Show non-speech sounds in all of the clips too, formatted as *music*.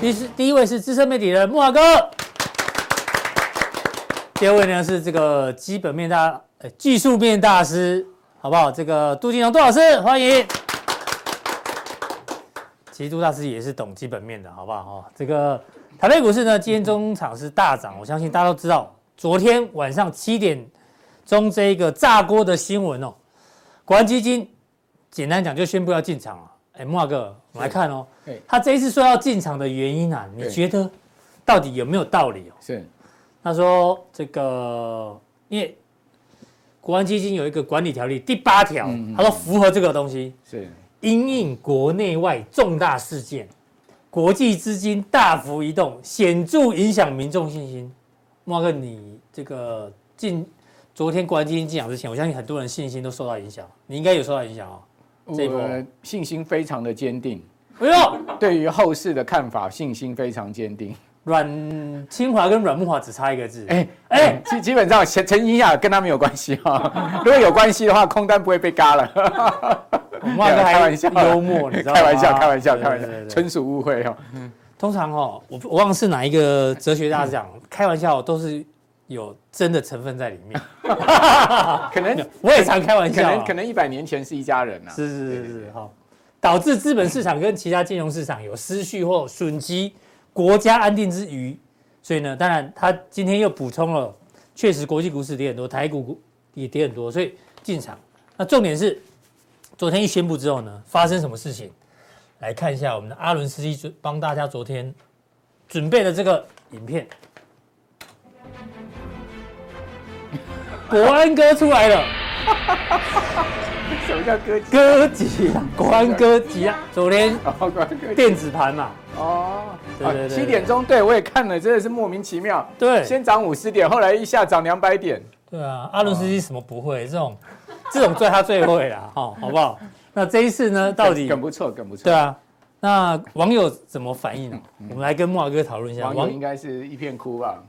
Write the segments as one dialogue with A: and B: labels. A: 第一是第一位是资深媒体人木华哥，第二位呢是这个基本面大呃技术面大师，好不好？这个杜金龙杜老师，欢迎。其实杜大师也是懂基本面的，好不好？哦，这个台北股市呢，今天中场是大涨，我相信大家都知道，昨天晚上七点钟这一个炸锅的新闻哦。国安基金，简单讲就宣布要进场了。哎，木华哥，我们来看哦
B: 对，
A: 他这一次说要进场的原因啊，你
B: 对
A: 觉得到底有没有道理哦？
B: 是
A: 他说这个，因为国安基金有一个管理条例第八条，
B: 嗯嗯
A: 他说符合这个东西，
B: 是，
A: 因应国内外重大事件，国际资金大幅移动，显著影响民众信心。木华哥，你这个进昨天国安基金进场之前，我相信很多人信心都受到影响，你应该有受到影响哦。这一波
B: 我信心非常的坚定，
A: 哎呦，
B: 对于后市的看法信心非常坚定。
A: 阮清华跟阮木华只差一个字，
B: 哎
A: 哎
B: 哎，基基本上陈陈英雅跟他没有关系哈， *laughs* 如果有关系的话，空单不会被嘎了。
A: 我木华哥还
B: *laughs* 开玩笑
A: 幽默，你知道吗？
B: 开玩笑，开玩笑，
A: 对
B: 开玩
A: 对对
B: 笑，
A: 对
B: 纯属误会哦。
A: 通常哦，我我忘了是哪一个哲学大师讲，开玩笑都是有真的成分在里面。
B: 可能
A: *laughs* 我也常开玩
B: 可
A: 笑啊，
B: 能可能一百年前是一家人啊。
A: 是是是
B: 对对
A: 是，好，导致资本市场跟其他金融市场有失序或损及国家安定之余。所以呢，当然他今天又补充了，确实国际股市跌很多，台股股也跌很多，所以进场。那重点是，昨天一宣布之后呢，发生什么事情？来看一下我们的阿伦斯基准帮大家昨天准备的这个影片。 *laughs* 国安哥出来了。
B: 什么叫歌姬？ *laughs*
A: 歌吉啊，国安歌吉啊，昨天
B: 哦，歌歌姬
A: 电子盘嘛，
B: 哦，
A: 对对对对
B: 七点钟，对我也看了，真的是莫名其妙。
A: 对
B: 先涨五十点，后来一下涨两百点。
A: 对啊，阿伦斯基什么不会？这种 *laughs* 这种最他最会啦，哦，好不好？那这一次呢，到底
B: 梗不错，梗不错。
A: 对啊？那网友怎么反应呢？啊我们来跟木华哥讨论一下。
B: 嗯网友应
A: 网
B: 该是一片哭吧？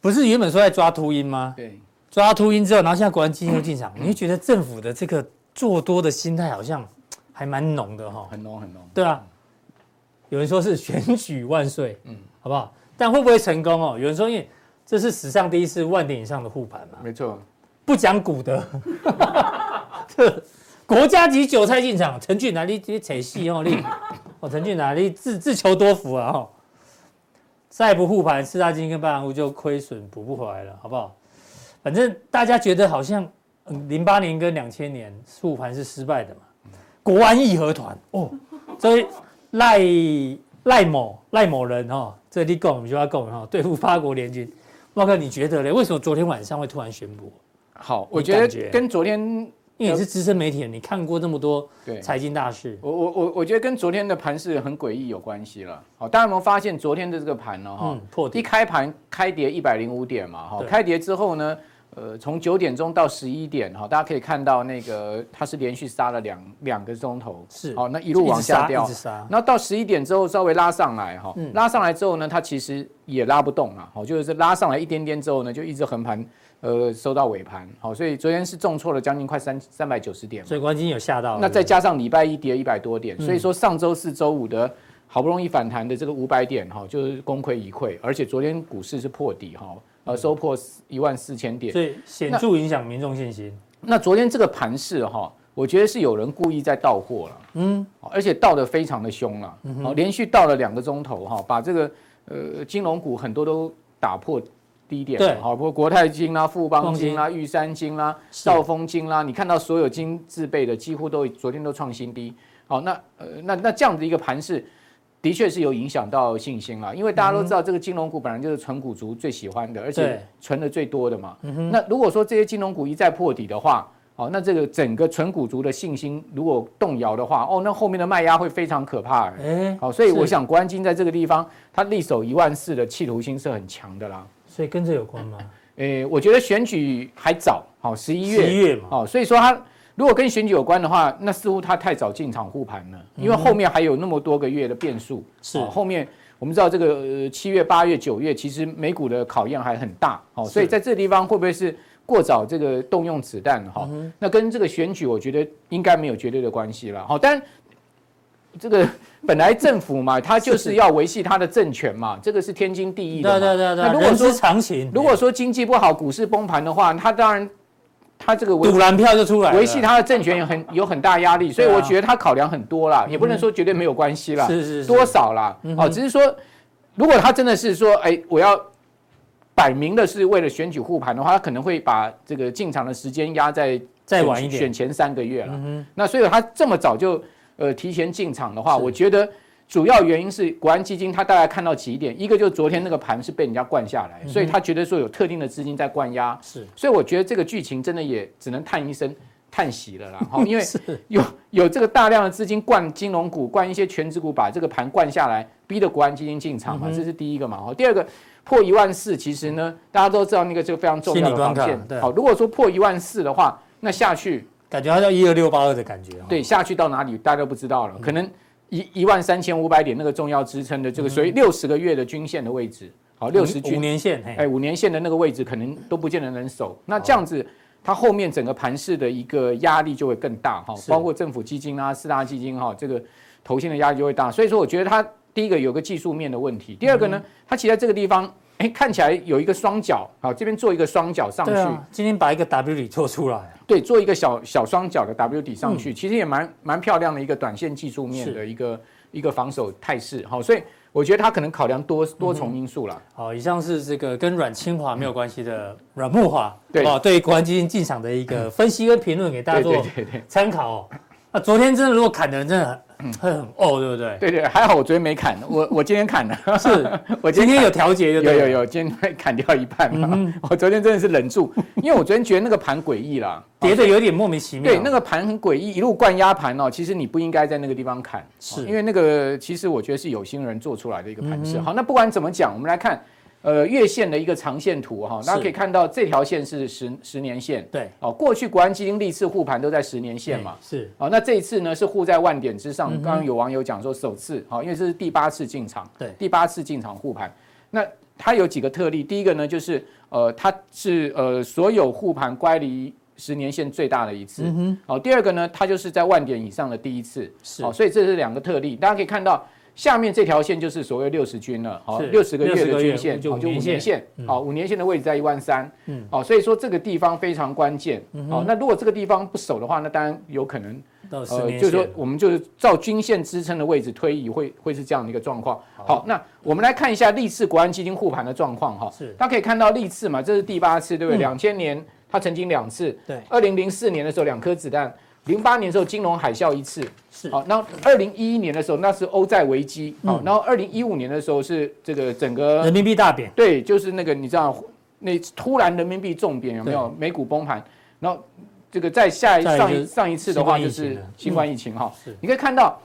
A: 不是原本说在抓秃鹰吗？
B: 对，
A: 抓秃鹰之后，然后现在国安基金又进场，
B: 嗯
A: 你会觉得政府的这个做多的心态好像还蛮浓的哈。
B: 很浓很浓。
A: 对啊，有人说是选举万岁，嗯
B: 嗯，
A: 好不好？但会不会成功哦？有人说，因为这是史上第一次万点以上的护盘嘛，
B: 没错，
A: 不讲古德，这 *laughs* 国家级韭菜进场，陈俊南你你扯戏哦你，哦陈俊南你自自求多福啊哦，再不护盘，四大金跟半行户就亏损补不回来了，好不好？反正大家觉得好像嗯零八年跟两千年护盘是失败的嘛，国安义和团哦，所以赖赖某赖某人哦，这里共我们就要共哈、哦，对付八国联军。茂哥，你觉得嘞？为什么昨天晚上会突然宣布？
B: 好，我
A: 你
B: 觉
A: 感觉
B: 得跟昨天，
A: 因为你是资深媒体人，你看过这么多
B: 对
A: 财经大事，
B: 我我我我觉得跟昨天的盘势很诡异有关系了。好，大家有没有发现昨天的这个盘呢？哈
A: 嗯，，破
B: 哦一
A: 底，
B: 开盘开跌一百零五点嘛，哈，
A: 对
B: 开跌之后呢，呃，从九点钟到十一点，哈，大家可以看到那个它是连续杀了两两个钟头，
A: 是
B: 哦好，那一路往下掉
A: 一直，杀，
B: 那到十一点之后稍微拉上来哈
A: 嗯，
B: 拉上来之后呢，它其实也拉不动了，好，就是拉上来一点点之后呢，就一直横盘，呃，收到尾盘，好，所以昨天是重挫了将近快三三百九十点嘛，
A: 所以嗯关金有吓到。
B: 那
A: 对
B: 再
A: 不对
B: 加上礼拜一跌一百多点，所以说上周四周五的好不容易反弹的这个五百点哈，就是功亏一篑，而且昨天股市是破底哈，呃，收破一万四千点，
A: 所以显著影响民众信心。
B: 那昨天这个盘势哈，我觉得是有人故意在倒货了，嗯，而且倒的非常的凶了，好、连续倒了两个钟头哈，把这个呃金融股很多都打破低点了，
A: 对
B: 好，包括国泰金啦、富邦
A: 富邦金
B: 金啦、啊玉山金啦、
A: 是
B: 兆丰金啦，你看到所有金字辈的几乎都昨天都创新低，好，那呃那那这样的一个盘势。的确是有影响到信心啦，因为大家都知道这个金融股本来就是纯股族最喜欢的，而
A: 对
B: 且存的最多的嘛。那如果说这些金融股一再破底的话，好，那这个整个纯股族的信心如果动摇的话，哦，那后面的卖压会非常可怕。哎
A: 哎，
B: 好，所以
A: 是，
B: 我想国安金在这个地方，它力守一万四的企图心是很强的啦。
A: 所以跟这有关吗？
B: 诶，我觉得选举还早，好，十一
A: 十一
B: 月，哦
A: 月嘛，
B: 好，所以说它如果跟选举有关的话，那似乎它太早进场护盘了，因为后面还有那么多个月的变数。
A: 嗯是
B: 好后面我们知道这个呃七月、八月、九月，其实美股的考验还很大，好，
A: 是
B: 所以在这地方会不会是过早这个动用子弹
A: 嗯
B: 哈？那跟这个选举，我觉得应该没有绝对的关系了，好，但。这个本来政
A: *laughs*
B: 府嘛，他就是要维系他的政权嘛，这个是天经地义的嘛。
A: 对啊对对对，
B: 那如果
A: 人
B: 说
A: 之常情，
B: 如果说经济不好，股市崩盘的话，他当然他这个维
A: 赌蓝票就出来了，
B: 维系他的政权有很有很大压力，所以
A: 对啊嗯
B: 我觉得他考量很多啦，也不能说绝对没有关系啦，
A: 是是嗯是
B: 多少啦，哦，只是说如果他真的是说，哎，我要摆明的是为了选举护盘的话，他可能会把这个进场的时间压在
A: 再
B: 选
A: 晚一点
B: 选，前三个月了。
A: 嗯
B: 那所以他这么早就呃提前进场的话，
A: 是
B: 我觉得主要原因是国安基金他大概看到几点，一个就是昨天那个盘是被人家灌下
A: 嗯
B: 来，所以他觉得说有特定的资金在灌压
A: 哼，，是
B: 所以我觉得这个剧情真的也只能叹一声叹
A: *laughs*
B: 息了啦，哈，因为
A: 是
B: 有有这个大量的资金灌金融股、灌一些全指股，把这个盘灌下来，逼得国安基金进场
A: 嗯
B: 嘛，这是第一个嘛。好，第二个破一万四，其实呢，大家都知道那个就非常重要的防
A: 心理关卡对
B: 线。好，如果说破一万四的话，那下去
A: 感觉它叫一二六八二的感觉，，啊
B: 对下去到哪里大家都不知
A: 嗯
B: 道了，可能一一万三千五百点那个重要支撑的
A: 嗯
B: 这个所以六十个月的均线的位置，好，六十
A: 五
B: 均
A: 年线，嘿，
B: 哎，五年线的那个位置可能都不见得能守。
A: 哦
B: 那这样子，它后面整个盘市的一个压力就会更大哈，
A: 是
B: 包括政府基金啊、四大基金哈、这个投信的压力就会大。所以说，我觉得它第一个有个技术面的问题，第二个
A: 嗯
B: 呢，它其实在这个地方，哎，看起来有一个双脚，好，这边做一个双脚上去
A: 对，啊，今天把一个 W 里做出来，
B: 对，做一个小小双脚的 W 底上去，其实也蛮蛮漂亮的一个短线技术面
A: 嗯是
B: 的一个一个防守态势好，所以我觉得它可能考量多多
A: 嗯
B: 重因素啦。
A: 好，以上是这个跟阮清华没有关系的阮木华，
B: 嗯对
A: 哦，对国安基金进场的一个分析跟评论，给大家
B: 对对
A: 做
B: 对对。嗯
A: 参考哦。那昨天真的如果砍的人真的很会很哦，对不对？
B: 对对，还好我昨天没砍，我我今天砍了， *laughs*
A: 是，
B: 我
A: 今
B: 天
A: 天有调节，就
B: 有
A: 对
B: 有
A: 了，嗯
B: 有，今天砍掉一半嘛。我昨天真的是忍住，因为我昨天觉得那个盘诡
A: *laughs*
B: 异啦，啊
A: 跌的有点莫名其妙。
B: 对，那个盘很诡异，一路灌压盘哦。其实你不应该在那个地方砍，
A: 是嗯
B: 哦因为那个其实我觉得是有心人做出来的一个盘势。好，那不管怎么讲，我们来看，呃，月线的一个长线图哈、大家
A: 是
B: 可以看到这条线是十十年线，
A: 对
B: 哦，过去国安基金历次护盘都在十年线嘛
A: 哎，是嗯
B: 好、那这一次呢是护在万点之上。刚刚有网友讲说首次，好、因为这是第八次进场，
A: 对
B: 第八次进场护盘。那它有几个特例，第一个呢就是呃，它是呃所有护盘乖离十年线最大的一次。
A: 嗯
B: 好、第二个呢，它就是在万点以上的第一次。
A: 是
B: 好、所以这是两个特例，大家可以看到。下面这条线就是所谓六十均了，好，
A: 是
B: 六十个月
A: 60
B: 的
A: 个月
B: 均线，
A: 就
B: 好就
A: 五
B: 五
A: 年线
B: 年线，好，五年线的位置在一万三，
A: 嗯
B: 好，所以说这个地方非常关键，好，那如果这个地方不守的话，那当然有可能
A: 到十
B: 呃，
A: 年
B: 就是说
A: 线
B: 我们就是照均线支撑的位置推移会，会是这样的一个状况。好，那我们来看一下历次国安基金护盘的状况哈。
A: 是嗯
B: 大家可以看到历次嘛，这是第八次，对不对？两千年它曾经两次，
A: 对
B: 二零零四年的时候两颗子弹，零八年的时候金融海啸一次，
A: 是
B: 好，那二零一一年的时候那是欧债危机，好，
A: 嗯
B: 然后二零一五年的时候是这个整个
A: 人民币大贬，
B: 对，就是那个你知道，那突然人民币重贬有没有？美股崩盘，然后这个在下一
A: 再一
B: 上
A: 个
B: 一上一次的话就
A: 新冠疫情
B: 是
A: 了嗯
B: 新冠疫情哈
A: 是，
B: 你可以看到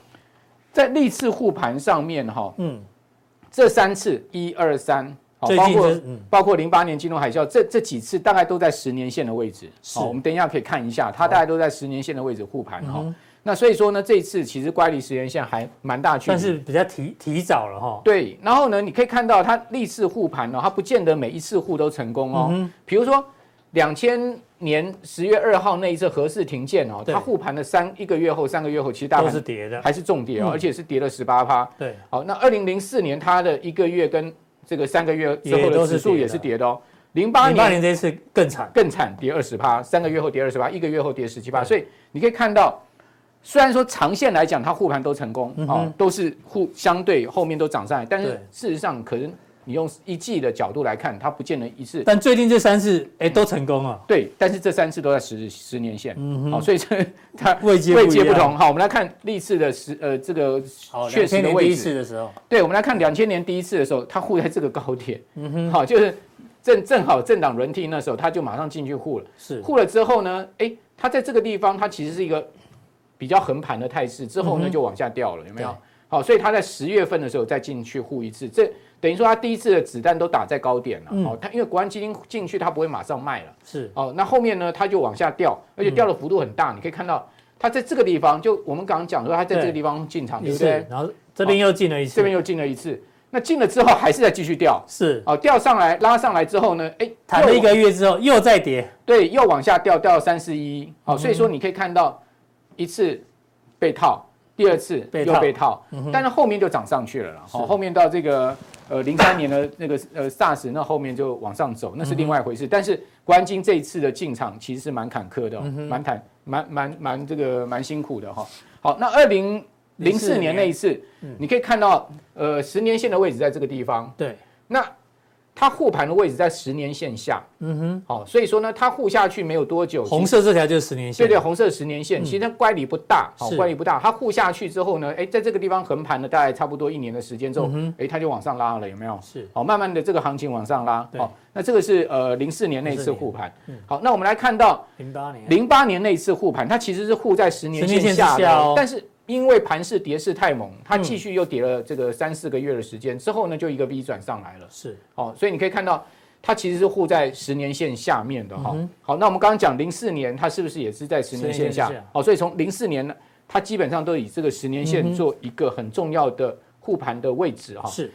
B: 在历次护盘上面哈，
A: 嗯，
B: 这三次一二三，好，
A: 最
B: 包
A: 近
B: 括
A: 是嗯
B: 包括零八年金融海啸这这几次大概都在十年线的位置，
A: 是
B: 好，我们等一下可以看一下，它大概都在十年线的位置护盘哈
A: 嗯。
B: 那所以说呢，这一次其实乖离十年线还蛮大距离，
A: 算是比较提提早了哈。
B: 对，然后呢，你可以看到它历次护盘哦，它不见得每一次护都成功哦。
A: 嗯
B: 比如说两千年十月二号那一次何氏停建哦，
A: 对
B: 它护盘的三一个月后、三个月后，其实大
A: 都
B: 盘
A: 是跌的，
B: 还是重跌哦，
A: 嗯
B: 而且是跌了十八趴。
A: 对，
B: 好，那二零零四年它的一个月跟这个三个月之后
A: 也
B: 的
A: 都是
B: 指数
A: 跌
B: 也
A: 的
B: 是跌的哦。零八
A: 零八年
B: 年
A: 这一次更惨，
B: 更惨，跌二十趴，三个月后跌二十趴，一个月后跌十七趴。
A: 对
B: 所以你可以看到，虽然说长线来讲它护盘都成功
A: 嗯哼
B: 哦，都是互相对后面都涨上来，但
A: 对
B: 是事实上可能你用一季的角度来看，它不见得一次。
A: 但最近这三次哎都成功了，
B: 对，但是这三次都在十十年线，好、所
A: *laughs*
B: 以这它
A: 嗯位阶
B: 位
A: 一
B: 阶不
A: 样。
B: 同。好，我们来看历次的十呃这个
A: 好，确
B: 确
A: 实
B: 实的
A: 年第
B: 位
A: 一
B: 置
A: 次。的时候，
B: 对，我们来看两千年第一次的时候，他护在这个高点，
A: 嗯
B: 好、就是正正好政党轮替那时候，他就马上进去护了。
A: 是
B: 护了之后呢，哎，它在这个地方它其实是一个比较横盘的态势，之后
A: 嗯
B: 呢
A: 哼
B: 就往下掉了，有没有
A: 对？
B: 好，所以它在十月份的时候再进去护一次，这等于说它第一次的子弹都打在高点了。
A: 嗯
B: 哦，它因为国安基金进去它不会马上卖了，
A: 是
B: 哦，那后面呢它就往下掉，
A: 嗯
B: 而且掉的幅度很大，你可以看到它在这个地方，就我们刚刚讲说它在这个
A: 对
B: 地方进场，啊对
A: 一
B: 不
A: 次
B: 对，？哦
A: 然后这边又进了一次，
B: 这边又进了一次，那进了之后还是在继续掉。
A: 是
B: 哦，掉上来拉上来之后呢，哎，
A: 谈了
B: 又
A: 一个月之后又再跌，
B: 对，又往下掉，掉到三四一。好，所以说你可以看到一次被套，第二次
A: 被
B: 又
A: 套
B: 被套，嗯但是后面就涨上去了啦。好，后面到这个呃零三年的那个呃 SARS 那后面就往上走，那是另外一回事。但是国安金这一次的进场其实是蛮坎坷的哦，蛮坦蛮蛮蛮这个蛮辛苦的哈。好，那二零零四年嗯那一次，你可以看到呃十年线的位置在这个地方，
A: 对，
B: 那它护盘的位置在十年线下。
A: 嗯哼，
B: 好、所以说呢，它护下去没有多久，
A: 红
B: 其实
A: 色这条就是十年线，嗯
B: 对对，红色十年线，其实它乖离不大，好、
A: 是
B: 乖离不大。它护下去之后呢，哎，在这个地方横盘了大概差不多一年的时间之
A: 嗯
B: 后，哎、它就往上拉了，有没有？
A: 是
B: 好、慢慢的这个行情往上拉。
A: 对
B: 好、那这个是呃零四年那一次护盘。
A: 嗯
B: 好，那我们来看到
A: 零八年，
B: 零八年那一次护盘，它其实是护在十年
A: 10年线
B: 线下
A: 之
B: 的，
A: 下哦
B: 但是因为盘势跌势太猛，它
A: 嗯
B: 继续又跌了这个三四个月的时间之后呢，就一个 V 转上来了。
A: 是
B: 哦，所以你可以看到它其实是护在十年线下面的哈、
A: 嗯
B: 好，那我们刚刚讲零四年，它是不是也是在十年线
A: 10
B: 下
A: 年线下？
B: 哦，所以从零四年呢，它基本上都以这个十年线做一个很重要的护盘的位置哈、
A: 是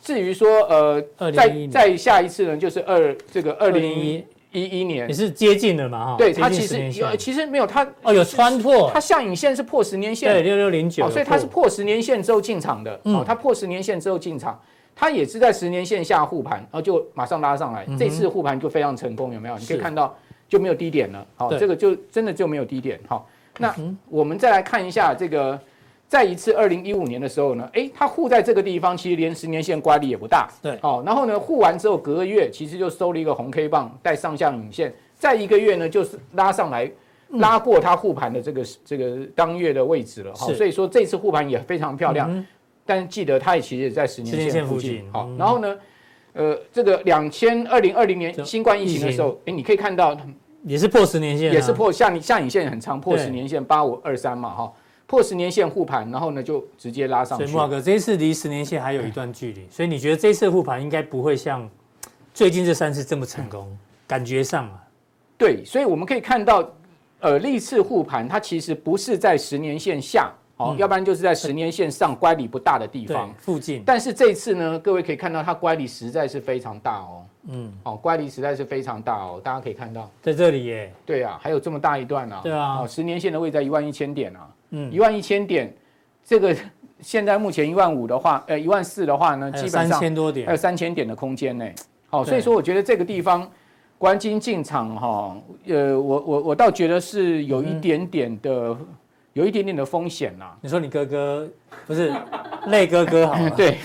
B: 至于说呃，
A: 二零一
B: 再
A: 一，
B: 再下一次呢，就是二这个二零
A: 2011
B: 一一年
A: 也，是接近了嘛哈，
B: 对
A: 接
B: 它
A: 近
B: 其
A: 10年
B: 实
A: 线
B: 有其实没有它
A: 哦有穿破
B: 它，下影线是破十年线的
A: 对，六六零九，
B: 哦，所以它是破十年线之后进场的，
A: 嗯
B: 哦，它破十年线之后进场，它也是在十年线下护盘，然后就马上拉上来，这次护盘就非常成功，有没有？你可以
A: 嗯是
B: 看到就没有低点了，好、
A: 对嗯
B: 这个就真的就没有低点，好、那我们再来看一下这个，再一次二零一五年的时候呢，诶，它护在这个地方，其实连十年线乖离也不大，
A: 对
B: 好、然后呢护完之后隔个月其实就收了一个红 K 棒带上下影线，再一个月呢就是拉上来。拉过它护盘的这个这个当月的位置了哈，
A: 是
B: 所以说这次护盘也非常漂亮，但是记得它也其实也嗯在十
A: 10
B: 年
A: 年
B: 线
A: 线
B: 附
A: 附
B: 近
A: 近
B: 好，
A: 嗯
B: 然后呢，呃，这个两千二零二零
A: 就
B: 年新冠疫情的时候，哎，你可以看到
A: 也是破十年线啊，
B: 也是破下影下影线很长，破
A: 对
B: 十年线八五二三嘛哈，破十年线护盘，然后呢就直接拉上
A: 所以
B: 去
A: 木。华哥，这一次离十年线还有一段距离，所以你觉得这次护盘应该不会像最近这三次这么成功？感觉上啊，
B: 对，所以我们可以看到，呃，历次护盘它其实不是在十年线下，哦，要不然就是在十年线上乖离不大的地
A: 嗯对
B: 方。，
A: 附近
B: 但是这一次呢，各位可以看到它乖离实在是非常大哦，嗯，哦，乖离实在是非常大哦，大家可以看到，
A: 在这里耶，
B: 对啊，还有这么大一段啊，
A: 对啊
B: 哦，十年线的位置在一万一千点啊，
A: 嗯
B: 嗯，一万一千点，这个现在目前一万五的话，呃，一万四的话呢，
A: 还
B: 基
A: 有
B: 本
A: 三
B: 上
A: 千多
B: 还有
A: 点，
B: 三千点的空间呢。好、
A: 对
B: 所以说我觉得这个地方关金进场哈、呃，我我我倒觉得是有一点点的，有一点点的风险啦、
A: 你说你哥哥不是 *laughs* 累哥哥好了，
B: 对，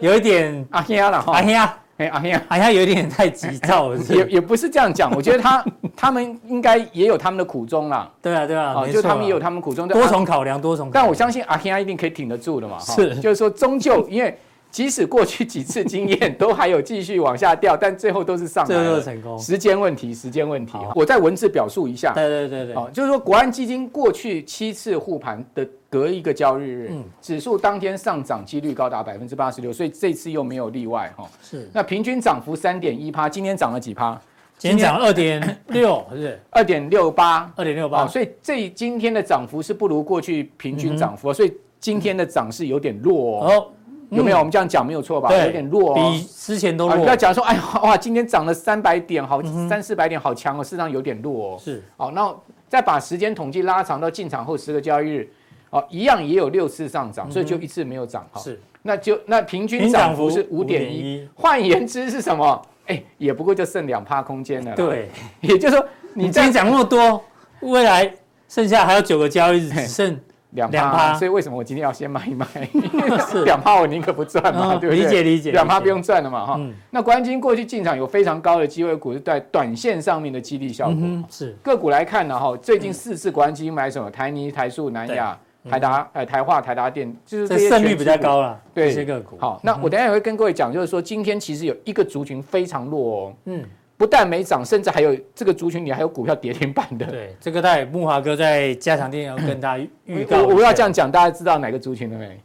A: 有一点
B: 阿黑啦
A: 哎
B: 哈，
A: 呀
B: 哎阿黑啊
A: 哎呀，有一点太急躁了，是不
B: 也
A: 是
B: 也不是这样讲，我觉得他 *laughs* 他们应该也有他们的苦衷啦，
A: 对啊对啊，
B: 啊，
A: 没
B: 就
A: 错啊
B: 他们也有他们苦衷，但
A: 多重考量，多重考量，
B: 但我相信阿黑啊一定可以挺得住的嘛，哈
A: 是
B: 就是说终究因为。 *laughs* 即使过去几次经验都还有继续往下掉，但最后都是上来
A: 这
B: 了
A: 就。成功，
B: 时间问题，时间问题
A: 好。
B: 我再文字表述一下，
A: 对对对对，
B: 哦，就是说国安基金过去七次护盘的隔一个交易日，
A: 嗯
B: 指数当天上涨几率高达百分之八十六，所以这次又没有例外哈、
A: 是，
B: 那平均涨幅三点一趴，今天涨了几趴？
A: 今天涨二点六，是不是
B: 二点六八。
A: 二点六
B: 哦，
A: 八，
B: 所以这今天的涨幅是不如过去平均涨幅，啊所以今天的涨势有点弱、哦，
A: 哦，
B: 有没有？我们这样讲没有错吧？
A: 对
B: 有点弱、哦，
A: 比之前都
B: 啊，
A: 弱嗯
B: 你不要，讲说，哎呀，哇，今天涨了三百点，好三四百点，好强哦，事实上有点弱哦。
A: 是
B: 好，那再把时间统计拉长到进场后十个交易日，哦，一样也有六次上涨，所以就一次没有涨。好，
A: 嗯是
B: 那就那平均
A: 平
B: 涨
A: 涨
B: 幅
A: 幅
B: 是五点一
A: 5.1，
B: 换言之是什么？哎，也不过就剩两趴空间了。，
A: 对。
B: 也就是说
A: 你
B: 你
A: 今天
B: 再
A: 讲那么多，未来剩下还有九个交易日，
B: *laughs* 嘿
A: 只剩
B: 两
A: 两
B: 趴，
A: 趴
B: 所以为什么我今天要先买一买？
A: *laughs* 是
B: 两趴我宁可不赚嘛，
A: 嗯
B: 对不对？
A: 理解理解
B: 两趴
A: 理解
B: 不用赚了嘛，哈
A: 嗯。
B: 那国安基金过去进场有非常高的机会股是在短线上面的激励效果。
A: 嗯哼是
B: 个股来看呢，哈，最
A: 嗯
B: 近四次国安基金买什么？台泥、台塑、南亚、台达、呃台化、台达电，就是
A: 嗯这
B: 些
A: 胜
B: 全
A: 率
B: 指
A: 比较
B: 股。
A: 高嗯了，
B: 对
A: 这些个股。
B: 好，那我等一下也会跟各位讲，就是说今天其实有一个族群非常弱哦，
A: 嗯，
B: 不但没涨，甚至还有这个族群里还有股票跌停板的。
A: 对，这个待木华哥在加强店要跟大家预告一下。
B: 我我要这样讲，大家知道哪个族群了没？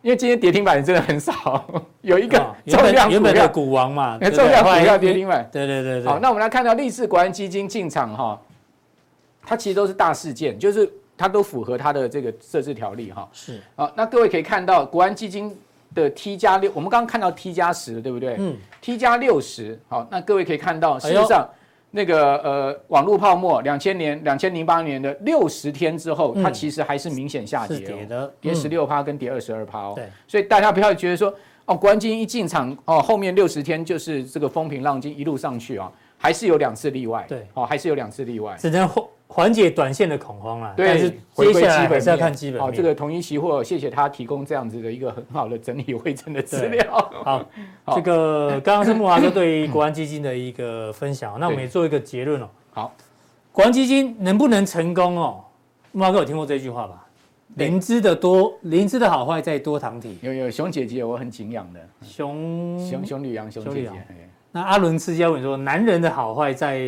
B: 因为今天跌停板真的很少， *laughs* 有一个
A: 哦
B: 重
A: 原
B: 量
A: 本原
B: 股
A: 本的
B: 票，
A: 股王嘛，对不
B: *laughs* 重
A: 对
B: 量
A: 后来
B: 股票跌停板。
A: 对对对对，
B: 好，那我们来看到励志国安基金进场哈、它其实都是大事件，就是它都符合它的这个设置条例哈、
A: 是
B: 好、那各位可以看到国安基金的 T 加六，我们刚刚看到 T 加十了，对不对？
A: 嗯
B: T 加六十，好，那各位可以看到，事
A: 哎呦
B: 实上。那个呃，网络泡沫，两千年、两千零八年的六十天之后，它
A: 嗯
B: 其实还是明显下跌、
A: 是
B: 哦，
A: 跌的，
B: 跌
A: 嗯
B: 十六趴跟跌二十二趴哦。
A: 对，
B: 所以大家不要觉得说哦，国安基金一进场哦，后面六十天就是这个风平浪静一路上去啊、还是有两次例外。
A: 对，
B: 哦，还是有两次例外。
A: 嗯只能缓缓解短线的恐慌啦。但是
B: 对，
A: 接
B: 回归
A: 下来
B: 基
A: 还
B: 本
A: 是要
B: 面。
A: 看基本
B: 好，
A: 面。
B: 这个同一期货，谢谢他提供这样子的一个很好的整理汇整的资
A: 对
B: 料。
A: 好，
B: 好
A: 这个刚刚是木华哥对于国安基金的一个分享，那我们也做一个结论哦。
B: *laughs* 好，
A: 国安基金能不能成功哦？木华哥有听过这句话吧？
B: 对
A: 灵芝的多，灵芝的好坏在多堂体。
B: 有有熊姐姐，我很敬仰的
A: 熊
B: 熊熊吕阳熊
A: 嗯熊
B: 姐
A: 吕
B: 姐，
A: 洋
B: 哎
A: 那阿伦斯教你说，男人的好坏在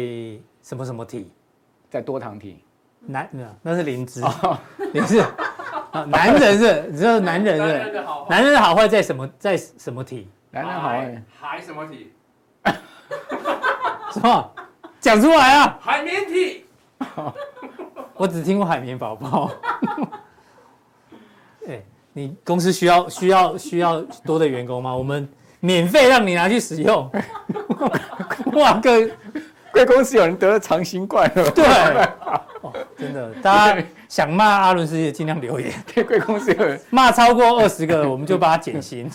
A: 什么什么体？
B: 在多堂体。
A: 男那那是灵芝，灵芝。啊，男人是，你知道男人
C: 男人
A: 是，
C: 的好坏，
A: 男人的好坏在什么在什么体？
B: 男人好哎，
C: 还什么体？
A: 什么？讲出来啊！
C: 海绵体。
A: 我只听过海绵宝宝。 *laughs* 哎，你公司需要需要需要多的员工吗？我们免费让你拿去使用。哇，哥，
B: 贵公司有人得了长新冠了，
A: 对，哦真的，大家想骂阿伦斯基的尽量留言，
B: *laughs* 对，贵公司有人
A: 骂超过二十个我们就把它减薪。 *laughs*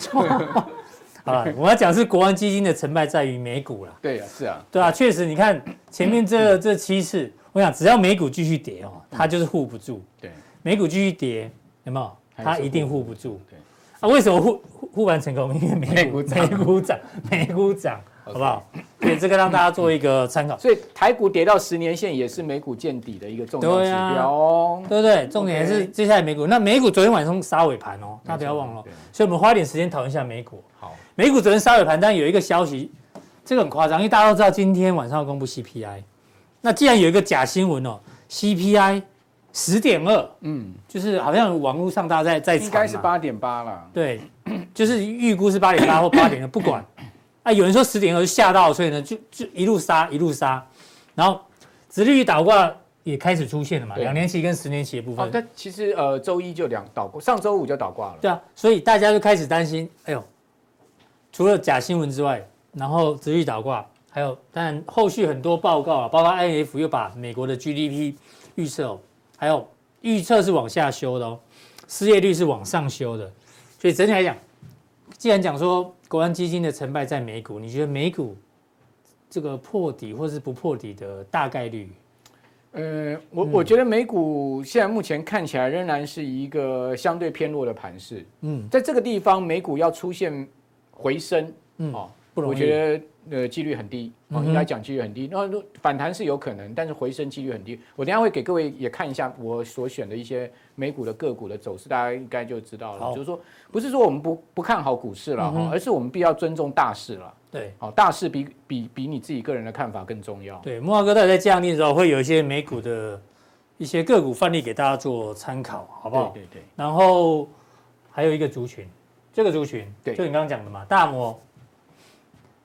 A: 好了，我要讲是国安基金的成败在于美股啦。
B: 对啊，是啊，
A: 对啊，确实，你看前面
B: *clears throat*
A: 这这七次，我想只要美股继续跌哦，
B: 嗯
A: 它就是护不住。
B: 对
A: 美股继续跌，有没有？它一定护不住。
B: 对。
A: 啊，为什么护护护盘成功？因为美股
B: 美股涨
A: 美股涨，美股涨，好
B: OK
A: 不好？所以这个让大家做一个参考，
B: 所以台股跌到十年线也是美股见底的一个重要指
A: 对啊
B: 标哦。
A: 对不对？重点是
B: OK
A: 接下来美股，那美股昨天晚上杀尾盘哦，大家不要忘了哦
B: 对。
A: 所以我们花一点时间讨论一下美股。
B: 好，
A: 美股昨天杀尾盘，但有一个消息，这个很夸张，因为大家都知道今天晚上要公布 CPI。那既然有一个假新闻哦，CPI 十点二，
B: 嗯，
A: 就是好像网络上大家在在
B: 应该
A: 传
B: 是
A: 嘛
B: 八点八啦。
A: 对，就是预估是八点八或八点的，不管。啊，有人说十点二就吓到，所以呢，就就一路杀一路杀，然后殖利率倒挂也开始出现了嘛，
B: 对
A: 两年期跟十年期的部
B: 哦
A: 分，。
B: 但其实呃，周一就两倒挂，上周五就倒挂了。
A: 对啊，所以大家就开始担心，哎呦，除了假新闻之外，然后殖利率倒挂，还有当然后续很多报告啊，包括 INF 又把美国的 GDP 预测、哦，还有预测是往下修的哦，失业率是往上修的，所以整体来讲，既然讲说国安基金的成败在美股，你觉得美股这个破底或是不破底的大概率？
B: 呃，我
A: 嗯
B: 我觉得美股现在目前看起来仍然是一个相对偏弱的盘势，
A: 嗯，
B: 在这个地方美股要出现回升，
A: 嗯
B: 哦，
A: 不容易
B: 我觉得呃几率很低，哦，
A: 嗯哼
B: 应该讲几率很低。那如反弹是有可能，但是回升几率很低。我等一下会给各位也看一下我所选的一些美股的个股的走势，大家应该就知道了。
A: 好
B: 就是说，不是说我们不不看好股市了
A: 嗯
B: 哈、
A: 哼
B: 而是我们必要尊重大势了。
A: 对
B: 好、大势比比比你自己个人的看法更重要。
A: 对，木华哥到底在降定的时候，会有一些美股的一些个股范例给大家做参考，好不好？
B: 对对
A: 然后还有一个族群，这个族群，
B: 对
A: 就你刚刚讲的嘛，大摩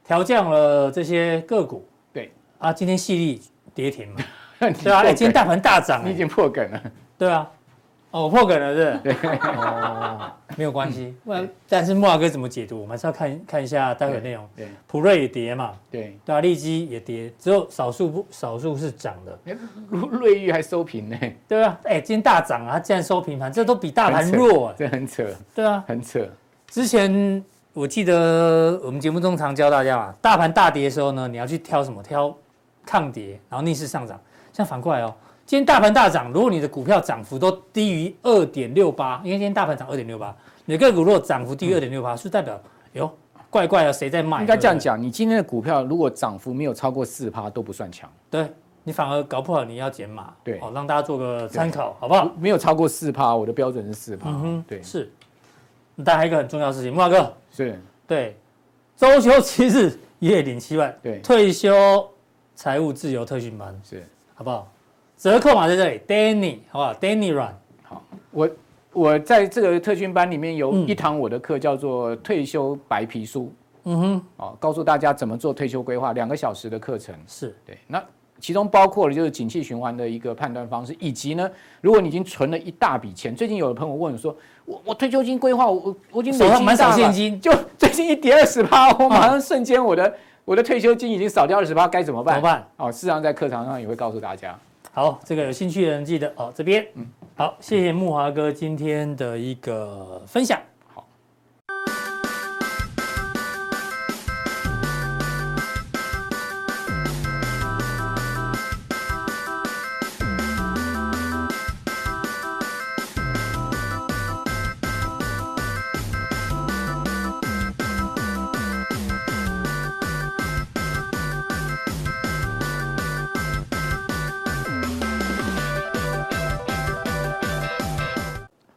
A: 调降了这些个股，
B: 对
A: 啊，今天细粒跌停
B: *laughs*
A: 嘛，
B: 对，
A: 对啊，哎，今天大盘大涨、
B: 你已
A: 哎，
B: 经破梗了，
A: 对啊，哦，我破梗了是不是？哦，没有关
B: 嗯
A: 系，不然但是木华哥怎么解读，我们还是要看看一下待会内容。
B: 对
A: 普瑞也跌嘛，
B: 对，
A: 对啊，利基也跌，只有少数不少数是涨的，
B: 瑞瑞玉还收平呢，
A: 嗯对啊，哎，今天大涨啊，它竟然收平盘，这都比大盘弱、哎，
B: 这很扯，
A: 对啊，
B: 很扯，
A: 之前我记得我们节目中常教大家嘛，大盘大跌的时候呢，你要去挑什么？挑抗跌，然后逆势上涨。像反过来哦，今天大盘大涨，如果你的股票涨幅都低于二点六八，因为今天大盘涨二点六八，你的个股如果涨幅低于二点六八，是代表哟怪怪的，啊谁在卖？
B: 嗯应该这样
A: 哎对
B: 讲，你今天的股票如果涨幅没有超过四趴都不算强，
A: 不对，对你反而搞不好你要减码，
B: 对
A: 好、让大家做个参考，好不好？
B: 没有超过四趴，我的标准是四趴
A: 嗯哼，，
B: 对，
A: 是。但还有一个很重要的事情，木华哥，
B: 是，
A: 对，周休七日，月领七万，
B: 对
A: 退休财务自由特训班，
B: 是
A: 好不好？折扣码在这里，Danny，好不好？Danny Run，
B: 我我在这个特训班里面有
A: 嗯
B: 一堂我的课叫做退休白皮书，
A: 嗯哼，
B: 哦，告诉大家怎么做退休规划，两个小时的课程。
A: 是，
B: 对，那其中包括了就是景气循环的一个判断方式，以及呢，如果你已经存了一大笔钱，最近有的朋友问我说，我我退休金规划，我我我已经
A: 手
B: 累
A: 上
B: 积
A: 满手
B: 大了
A: 现金啊
B: 就最近一跌二十趴，我马上瞬间我的、我的退休金已经少掉二十趴，该怎么
A: 怎
B: 办？
A: 么办？
B: 哦，事实上在课堂上也会告诉大家。
A: 好，这个有兴趣的人记得哦，这边，好，谢谢木华哥今天的一个分享。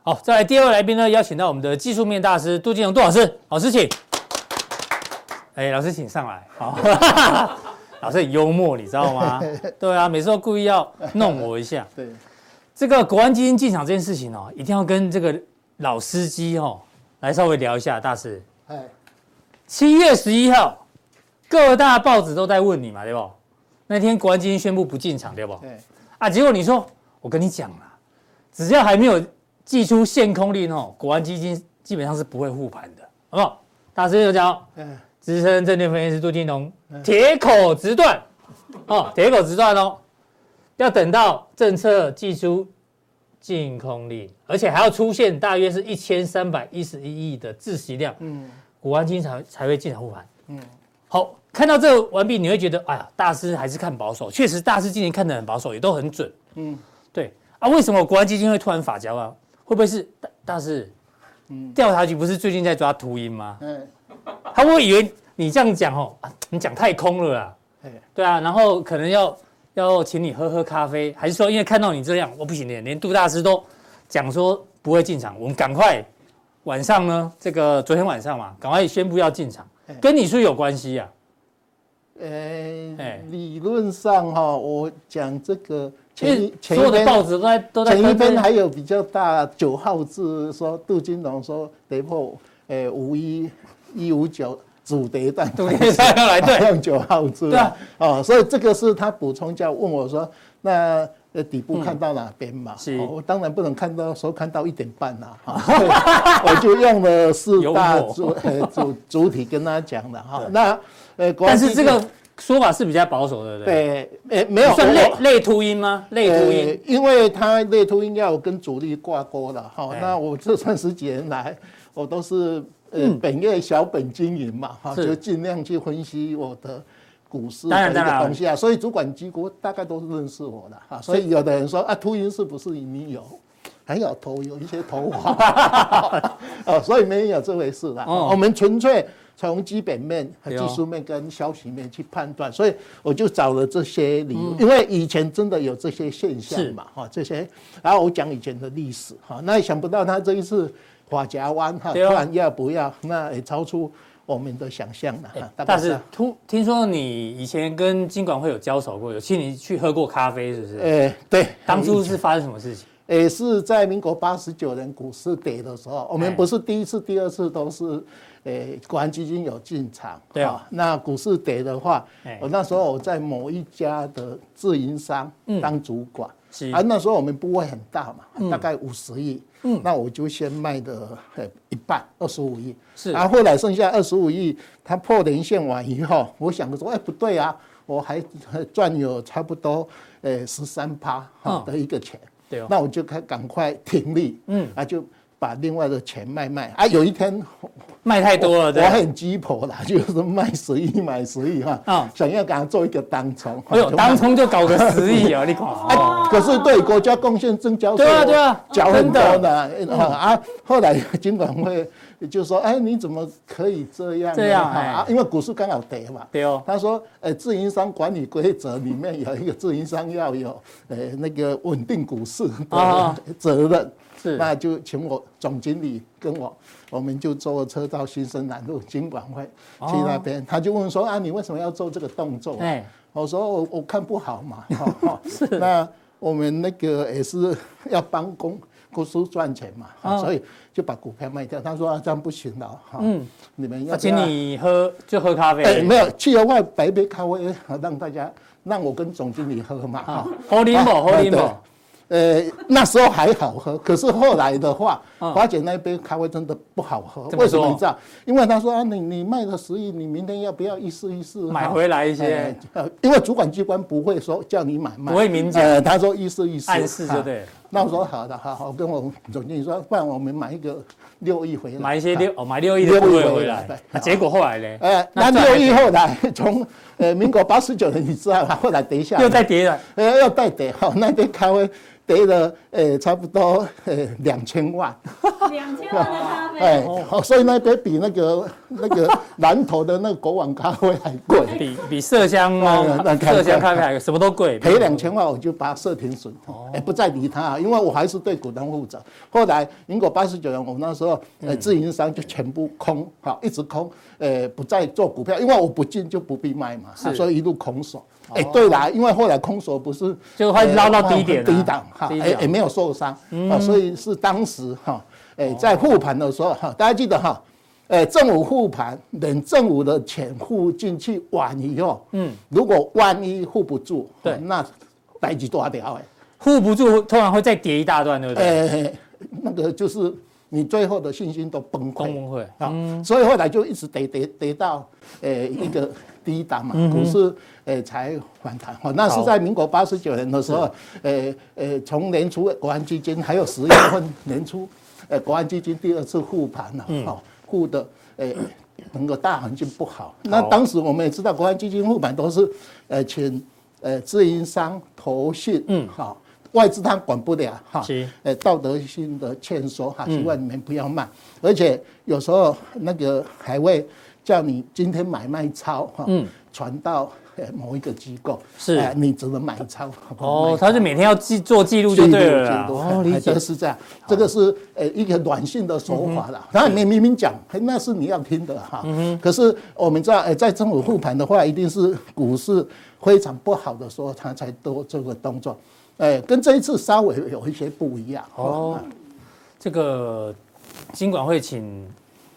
A: 好，再来第二位来宾呢，邀请到我们的技术面大师杜金龙杜老师，老师请。哎，老师请上来。好， *laughs* 老师很幽默，你知道吗？对啊，每次都故意要弄我一下。
C: 对，
A: 这个国安基金进场这件事情哦，一定要跟这个老司机哦来稍微聊一下，大师。
C: 哎，
A: 七月十一号，各大报纸都在问你嘛，对不？那天国安基金宣布不进场，对不？
C: 对，
A: 啊，结果你说，我跟你讲啦，只要还没有寄出限空令哦，国安基金基本上是不会护盘的，好不好？大师有讲哦，
C: 嗯，
A: 资深证券分析师杜金龙，铁口直断，哦，铁口直断哦，要等到政策寄出禁空令，而且还要出现大约是一千三百一十一亿的自息量，
C: 嗯，
A: 国安基金才才会进场护盘。嗯
C: 嗯，
A: 好，看到这完毕，你会觉得，哎呀，大师还是看保守，确实大师今年看得很保守，也都很准。嗯
C: 嗯，
A: 对啊，为什么国安基金会突然法夹弯？会不会是大大师？嗯，调查局不是最近在抓秃鹰吗？
C: 哎，
A: 他会以为你这样讲哦，啊你讲太空了啦。
C: 哎，
A: 对啊，然后可能要要请你喝喝咖啡，还是说因为看到你这样，我不行的，连杜大师都讲说不会进场，我们赶快晚上呢，这个昨天晚上嘛，赶快宣布要进场
C: 哎，
A: 跟你说有关系呀、哎
C: 哎，理论上哈，我讲这个
A: 因
C: 前
A: 为所
C: 一前
A: 有
C: 一
A: 的报
C: 篇
A: 纸都在都在
C: 前一
A: 登这
C: 篇还有比较大九号字说杜金龙说跌破，哎，五一一五九主
A: *laughs*
C: 跌段，
A: 杜先生要来对，
C: 用九号字，
A: 对啊，
C: 哦，所以这个是他补充叫问我说，那呃底部看到哪边嘛？
A: 嗯是
C: 哦我当然不能看到，说看到一点半啦，
A: *laughs*
C: 哈，所以我就用了四大
A: 幽默
C: 主呃主主体跟他讲的哈。那呃，国安
A: 但是
C: 基
A: 这
C: 金
A: 个说法是比较保守的，对不对？
C: 对，呃，没有
A: 你算
C: 我
A: 类类秃鹰吗？类秃
C: 呃
A: 鹰，，
C: 因为它类秃应该有跟主力挂钩了哈
A: 哎。
C: 那我这三十几年来，我都是呃本业小本经营嘛
A: 嗯
C: 哈，
A: 是
C: 就尽量去分析我的股市
A: 当然
C: 的一个
A: 当然
C: 东西啊。所以主管机构大概都是认识我的哈。所以有的人说啊，秃鹰是不是你有？还有头有一些头发
A: *laughs*
C: 哦，所以没有这回事啦。
A: 哦
C: 我们纯粹从基本面、
A: 对哦
C: 技术面跟消息面去判断，所以我就找了这些理由，因为以前真的有这些现
A: 嗯
C: 象
A: 是
C: 嘛，哈，这些，然后我讲以前的历史哈，那想不到他这一次法夹湾哈，突
A: 对哦
C: 然要不要，那也超出我们的想象了
A: 哎
C: 哈，呃大概
A: 但
C: 是这
A: 是
C: 样。
A: 突听说你以前跟金管会有交手过，有请你去喝过咖啡，是不是？
C: 呃，对，
A: 当初是发生什么事情？
C: 也哎是在民国八十九年股市跌的时候，我
A: 哎
C: 们不是第一次、第二次都是，诶，国安基金有进场。
A: 对啊
C: 哈哦那股市跌的话哦
A: 哎，
C: 我那时候我在某一家的自营商当主管，
A: 嗯是
C: 啊，那时候我们部位很大嘛，大概五十亿，嗯，那我就先卖的一半，二十五亿，啊
A: 是
C: 然后后来剩下二十五亿，它破连线完以后，我想说，哎，不对啊，我还 *laughs* 还赚有差不多，呃，十三趴
A: 嗯
C: 的一个钱。
A: 对哦，
C: 那我就赶赶快停利，
A: 嗯
C: 嗯，啊就把另外的钱卖卖啊。有一天
A: 卖太多了，
C: 我
A: 对啊吧。
C: 很鸡婆啦， *laughs* 就是 *laughs* 卖十亿买十亿哈，
A: 啊
C: 想要给他做一个当冲，
A: 哎呦，
C: *laughs* 就卖
A: 当冲就搞个十亿哦，你
C: *laughs*
A: 看，哦，
C: 啊，可是对国家贡献增交税，
A: 对啊对啊
C: 我缴很多
A: 真
C: 的啊啊。后来金管会就说，哎，你怎么可以这样呢？
A: 这样
C: 哈
A: 哎
C: 啊，因为股市刚好跌嘛。
A: 对哦，
C: 他说，呃，自营商管理规则里哎面有一个自营商要有，呃，那个稳定股市
A: 啊
C: 的责任。
A: 是
C: 那就请我总经理跟我，我们就坐车到新生南路金管会去那
A: 哦
C: 边，他就问说啊，你为什么要做这个动作、啊？
A: 哎，
C: 我说我我看不
A: *laughs*
C: 好嘛，哦哦那我们那个也是要帮公公司赚钱嘛、哦
A: 哦
C: 所以就把股票卖掉。他说、啊、这样不行的，哈、
A: 嗯
C: 你们要
A: 那
C: 不
A: 请
C: 要
A: 你喝就喝咖啡，
C: 哎、没有，去额外摆一杯咖啡，啊让大家让我跟总经理喝嘛哈。
A: 好林某，好
C: *laughs*
A: 林某
C: 啊，呃，那时候还好喝，可是后来的话，
A: 嗯
C: 华姐那一杯咖啡真的不好喝。
A: 怎么
C: 为什么
A: 说
C: 你知道？因为他说啊，你你卖了十亿，你明天要不要一试一试？
A: 买
C: 哈
A: 回来一
C: 哎
A: 些，
C: 呃因为主管机关不会说叫你买卖，
A: 不会明讲
C: 呃，他说意思意思，
A: 暗示就对
C: 啊
A: 了。
C: 那我说好的，好好，我跟我们总经理说，不然我们买一个六亿回来，
A: 买一些
C: 啊
A: 六哦，买六亿的部
C: 六亿
A: 位回
C: 回
A: 来
C: 来。
A: 那
C: 对
A: 结果后来呢？
C: 呃，
A: 那
C: 那
A: 再来
C: 六亿后来从呃民国八十九年，你知道吧？后来跌下来，
A: 又再跌了，
C: 呃要再跌哈，那杯咖啡跌了呃差不多呃两千万，
D: 两千万的咖啡，
C: 哎，好，所以那杯比那个那个南投的那个国王咖啡还贵，
A: 比比麝香猫
C: 哎、那看
A: 麝香咖啡还什么都贵，
C: 赔两千万我就把它设停损，哎、不再理他、因为我还是对股东负责。后来民国八十九年，我那时候呃自营商就全部空，好一直空，呃不再做股票，因为我不进就不必卖嘛，
A: 是
C: 所以一路空手。哎、对啦，因为后来空手不是
A: 就会捞到低点啊
C: 呃低档哈，
A: 低
C: 也
A: 档嗯
C: 也、哎没有受伤、啊，所以是当时哈，哎、在护盘的时候哈，大家记得哈。哎，政府护盘，等政府的钱护进去完以后，嗯，如果万一护不住，
A: 对
C: 哦那代志大条哎，
A: 护不住，通常会再跌一大段，对不对？
C: 哎，那个就是你最后的信心都崩
A: 公
C: 溃
A: 文会
C: 啊，所以后来就一直跌跌跌到呃一个低档嘛，股市呃才反弹。哦，那是在民国八十九年的时候，呃呃，从年初国安基金还有十月份年初，呃，国安基金第二次护盘了，哦，护的呃。整个大环境不好，那当时我们也知道，国安基金护盘都是，呃，请呃，自营商、投信，嗯，好、外资他管不了哈
A: 是，
C: 呃，道德性的劝说
A: 嗯
C: 哈，希望你们不要卖，而且有时候那个还会叫你今天买卖超哈，传到呃某一个机构，
A: 嗯是
C: 哎你只能买超，不能卖
A: 哦，
C: 超
A: 他是每天要记做记录就对了啦。哦，
C: 哦，
A: 理
C: 理
A: 解
C: 解。是这样，这个是呃一个软性的手法啦。
A: 嗯
C: 当然你明明讲，嘿那是你要听的哈。可是我们知道，哎，在政府护盘的话，一定是股市非常不好的时候，他才做这个动作。哎，跟这一次稍微有一些不一样。
A: 哦，这个金管会请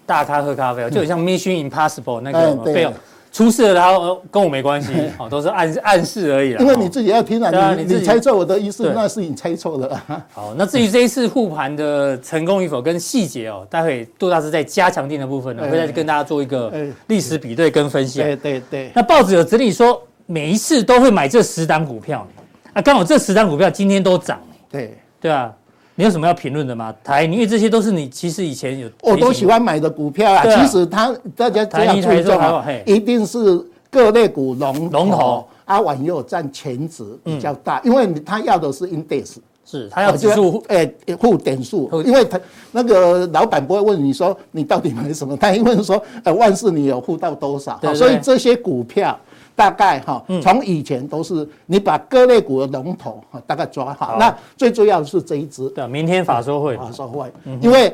A: 大咖喝咖啡哦，就很像 Mission Impossible 那
C: 哎
A: 个
C: 对
A: 费用出事了，然后呃跟我没关系，哦，都是暗示暗示而已啦。
C: 因为
A: 哦
C: 你自己要听
A: 对啊
C: 啊，
A: 你
C: 你
A: 自己
C: 你猜错我的意思
A: 对，
C: 那是你猜错了啊。
A: 好，那至于这一次护盘的成功与否跟细节哦，待会杜大师在加强定的部分呢，
C: 哎
A: 会再跟大家做一个
C: 哎
A: 历史比 *laughs* 对跟分析啊。
C: *laughs* 对对对，
A: 那报纸有整理说，每一次都会买这十档股票，啊，刚好这十档股票今天都涨，
C: 对。
A: 对啊，你有什么要评论的吗？台泥，因为这些都是你其实以前有
C: 我哦都
A: 提醒
C: 喜欢买的股票啊，
A: 对啊
C: 其实它大家这
A: 台
C: 样
A: 泥台
C: 注重
A: 塑
C: 啊
A: 嘿，
C: 一定是各类股龙
A: 龙头嗯
C: 阿婉又占前值比较大，因为它要的是 index，
A: 是它要指数
C: 哎护点数
A: 护，
C: 因为它那个老板不会问你说你到底买什么，他会问说呃万事你有护到多少
A: 对，对嗯
C: 所以这些股票。大概哈，从以前都是你把各类股的龙头哈大概抓好，那最重要的是这一只
A: 对啊，明天法说会嗯
C: 啊，说会，因为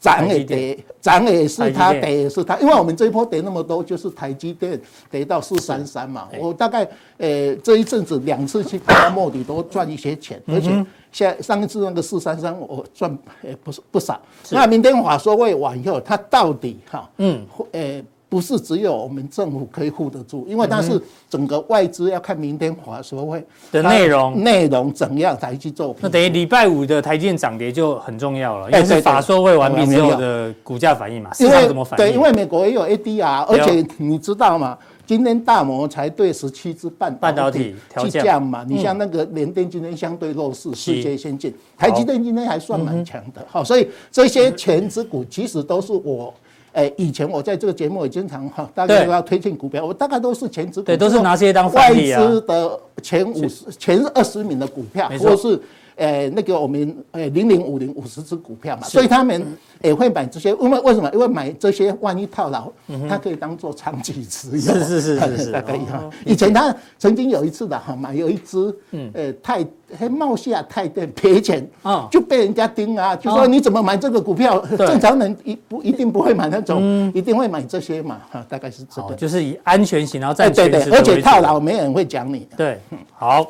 C: 涨也跌，涨也是
A: 台
C: 它，
A: 积电
C: 跌也是它。因为我们这一波跌那么多，就是台积电跌到四三三嘛。我大概呃这一阵子两次去高摸底都赚一些钱，
A: 嗯
C: 而且下上一次那个四三三我赚呃不是不少。那明天法说会完以后，它到底哈，嗯，呃。不是只有我们政府可以护得住，因为它是整个外资要看明天华说会
A: 嗯的
C: 它
A: 内容
C: 内容怎样才去做。
A: 那等于礼拜五的台积电涨跌就很重要了，因为
C: 哎对
A: 是
C: 对
A: 法说会完毕之
C: 没
A: 后
C: 有
A: 的股价反应嘛，市
C: 因
A: 场
C: 为
A: 怎么反应？哦
C: 对，因为美国也有 ADR，而且你知道吗？今天大摩才对十七支半
A: 半导
C: 导
A: 体
C: 体
A: 调
C: 去
A: 降嗯
C: 降嘛，你像那个联电今天相对弱势，
A: 是嗯
C: 世界先进，台积电今天还算蛮强的，好，所以这些全指股其实都是我。哎，以前我在这个节目也经常哈，大概
A: 对
C: 都要推荐股票，我大概都是全指股，
A: 对都是
C: 就是
A: 拿这些当范例啊
C: 外资的前五十、前二十名的股票，
A: 没错
C: 或是哎、呃那个我们呃零零五零五十只股票嘛，
A: 是嗯
C: 所以他们也会买这些，因为为什么？因为买这些万一套牢，它可以当做长期持有。
A: 嗯是是是
C: *laughs*
A: 是是
C: 大概一
A: 哦
C: 样。以前他曾经有一次的哈，买有一只，呃，泰还冒下泰电赔钱
A: 哦，
C: 就被人家盯啊，就
A: 哦
C: 说你怎么买这个股票？
A: 对嗯
C: 正常人一不一定不会买那种，一定会买这些嘛，哈，大概是这
A: 好，
C: 个。
A: 就是以安全型，然后
C: 哎，
A: 再
C: 对对，而且套牢没人会讲你。
A: 对， *laughs* 好，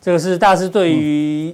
A: 这个是大师对于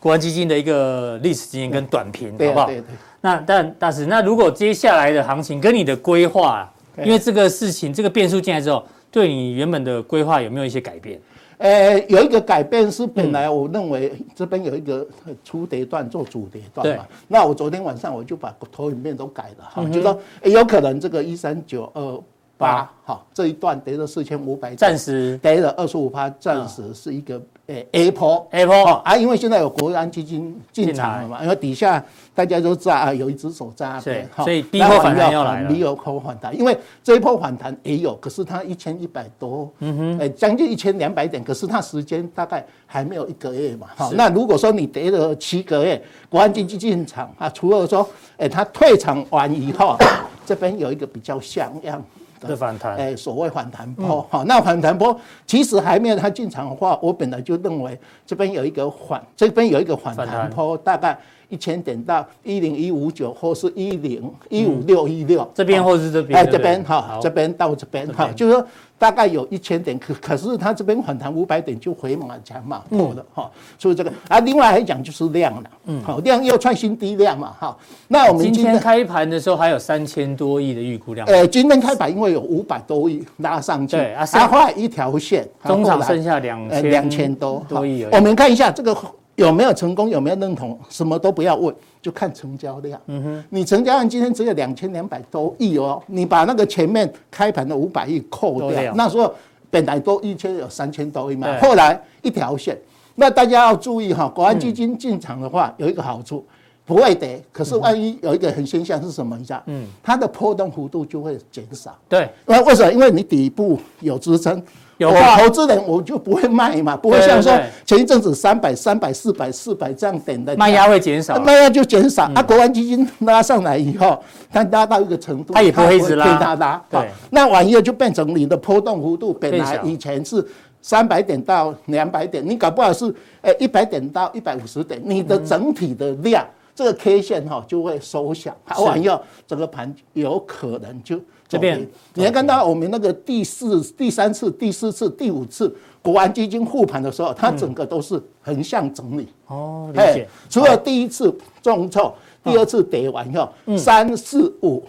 A: 国安基金的一个历史经验跟短评，
C: 嗯对
A: 好不
C: 啊
A: 好
C: 对？对。
A: 那但大师，那如果接下来的行情跟你的规划啊，
C: 对
A: 因为这个事情这个变数进来之后，对你原本的规划有没有一些改变？
C: 呃，有一个改变是本来我认为这边有一个呃初跌段做主跌段
A: 对，嗯
C: 嘛那我昨天晚上我就把投影片都改了哈，就说诶有可能这个一三九二八哈这一段跌了四千五百，
A: 暂时嗯
C: 跌了二十五趴，暂时是一个诶 A 坡。
A: Apple
C: 哦啊，因为现在有国安基金进场了嘛，因为底下大家都炸啊，有一只手炸
A: 哎是
C: 对，
A: 所以第一波反弹要来了
C: 第一波反弹，因为这一波反弹也有，可是它一千一百多，嗯哼，哎，将近一千两百点，可是它时间大概还没有一个月嘛，哈
A: 是，
C: 那如果说你跌了七个月，国安基金进场啊，除了说，哎，它退场完以后，这边有一个比较像样
A: 的反弹，嗯
C: 哎，所谓反弹波，好、那反弹波其实还没有它进场的话，我本来就认为这边有一个反，这边有一个反
A: 反弹
C: 弹波，大概一千点到一零一五九或是一零一五六一六
A: 这边或是这边
C: 哎，
A: 对不
C: 这
A: 对
C: 边
A: 好
C: 哈，这边到这边哈，
A: 边
C: 就是说大概有一千点，可可是它这边反弹五百点就回马强嘛，
A: 嗯
C: 破了哈，所以这个啊，另外还讲就是量了，嗯，好，量又创新低量嘛，哈，那我们
A: 今
C: 今
A: 天
C: 天。
A: 开盘的时候还有三千多亿的预估量，
C: 呃，今天开盘因为有五百多亿拉上去，
A: 对啊
C: 它画一条线，啊
A: 中
C: 后
A: 场
C: 来
A: 剩下两
C: 呃
A: 千
C: 两千多
A: 多亿而
C: 好我
A: 已。
C: 们看一下这个有没有成功，有没有认同，什么都不要问，就看成交量。嗯哼，你成交量今天只有两千两百多亿哦，你把那个前面开盘的五百亿扣
A: 扣掉
C: 掉，那时候本来都一千有三千多亿嘛，
A: 对
C: 后来一条线。那大家要注意哈，国安基金进场的话
A: 嗯
C: 有一个好处。不会跌，可是万一有一个很现象是什么？你知道，嗯，它的波动幅度就会减少。
A: 对，
C: 那为什么？因为你底部有支撑，
A: 有
C: 我
A: 挂
C: 投资人我就不会卖嘛，不会
A: 对对
C: 像说
A: 对
C: 前一阵子三百、三百、四百、四百这样点的
A: 卖压会减少嗯
C: 那，呃卖压就减少。啊，国安基金拉上来以后，它拉到一个程度，
A: 它也不会一直拉
C: 它不会跟它拉。
A: 对
C: 好那网页就变成你的波动幅度本来
A: 变小
C: 以前是。三百点到两百点，你搞不好是呃一百点到一百五十点，你的整体的量、这个 K 线哈、就会缩小，
A: 是
C: 好，网页整个盘有可能就
A: 这边
C: 你要看到我们那个第四、第三次、第四次、第五次国安基金护盘的时候，它整个都是横向整理。
A: 嗯哦，理
C: 哎，
A: 解，
C: 除了第一次重挫，第二次跌完以后，
A: 嗯
C: 三四五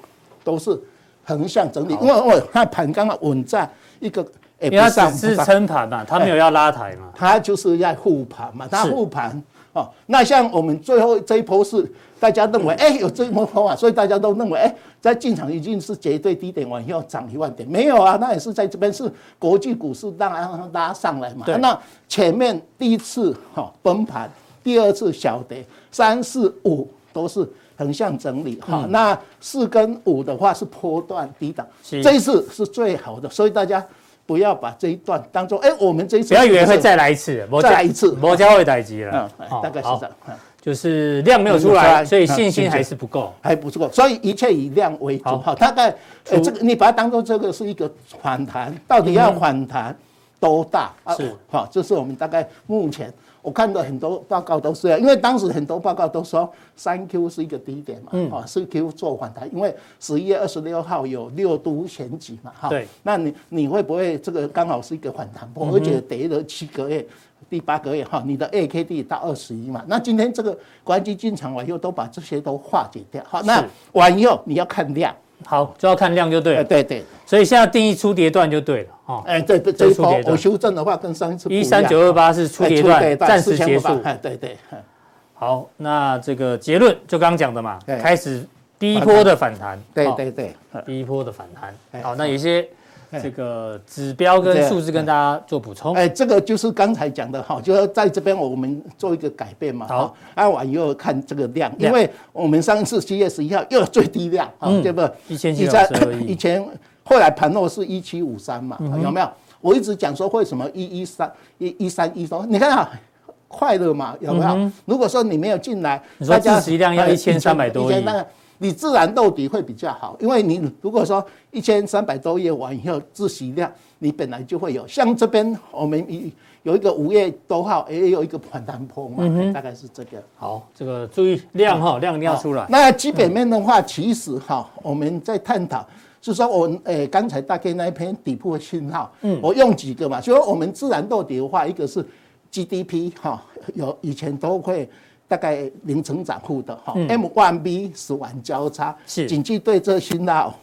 C: 都是横向整理，因为我它盘刚刚稳在一个，哎
A: 因为它
C: 不上
A: 只是
C: 不上哎
A: 撑盘嘛，它没有要拉抬嘛，
C: 它就是要护盘嘛，它
A: 是
C: 护盘哦。那像我们最后这一波是大家认为，哎、有这一波啊，所以大家都认为，哎、在进场已经是绝对低点完以后涨一万点，没有啊，那也是在这边是国际股市让它拉上来嘛
A: 对。
C: 那前面第一次哈、哦、崩盘，第二次小跌，三四五都是。横向整理哈、
A: 嗯
C: 那四跟五的话是波段低档，
A: 是
C: 这一次是最好的，所以大家不要把这一段当做哎、我们这一次
A: 不要以为
C: 是
A: 会再来一次，没
C: 再来一次
A: 摩家会逮急
C: 嗯
A: 了，，哦
C: 大概是
A: 啊好
C: 这样，嗯
A: 就是量没有出
C: 没有出
A: 来，
C: 来
A: 所以信心
C: 嗯
A: 还是不够。
C: 还不错。所以一切以量为主，
A: 好
C: 好，大概呃，这个你把它当做这个是一个反弹，到底要反弹多大啊
A: 嗯是
C: 好，这是我们大概目前。我看到很多报告都是这样，因为当时很多报告都说三 Q 是一个低点嘛，啊、四 Q 做反弹，因为十一月二十六号有六都选举嘛，哈，
A: 对，嗯
C: 那你你会不会这个刚好是一个反弹波，而且跌了七个月，第八个月哈，你的 AKD 到二十一嘛？那今天这个国安基金场完又都把这些都化解掉，好，那
A: 是
C: 完以后你要看量，
A: 好，就要看量就对
C: 哎
A: 了。
C: 对对，
A: 所以现在定义出跌段就对了哦。
C: 哎对对，这一
A: 这是
C: 波
A: 跌段
C: 我修正的话跟上一次不一
A: 一
C: 样
A: 三九二八是出
C: 哎
A: 跌段，暂时结束
C: 4500。哎对对，哎
A: 好，那这个结论就刚刚讲的嘛，
C: 对
A: 开始第一波的反弹，
C: 哎对
A: 哦，
C: 对对，哎
A: 第一波的反弹。
C: 哎
A: 好，那有一些
C: 哎
A: 这个指标跟
C: 对
A: 数字跟大家做补充。
C: 哎，这个就是刚才讲的哈，就是在这边我们做一个改变嘛。
A: 好
C: 哈，啊，我又看这个量，因
A: 量
C: 为我们上一次七月十一号又最低量啊
A: 嗯，
C: 对不对？
A: 1712亿
C: 以 *coughs* 前后来盘落是一七五三嘛，有没有？我一直讲说为什么一一三一一三一说，你看啊，快乐嘛，有没有？如果说你没有进来，
A: 嗯你说
C: 大家
A: 自食量要
C: 哎
A: 1300多亿
C: 1300你自然兜底会比较好，因为你如果说一千三百多页完以后，自习量你本来就会有。像这边我们一有一个五月多号，也有一个反弹坡嘛，
A: 嗯
C: 大概是这个。
A: 好，这个注意量哈，量一定要出来
C: 好。那基本面的话，其实哈，我们在探讨。是说我呃刚才大概那一篇底部的信号，嗯，我用几个嘛，所以我们自然落底的话，一个是 GDP 哈，有以前都会大概零成长户的哈、m one B 死亡交叉，
A: 是
C: 景气对这信号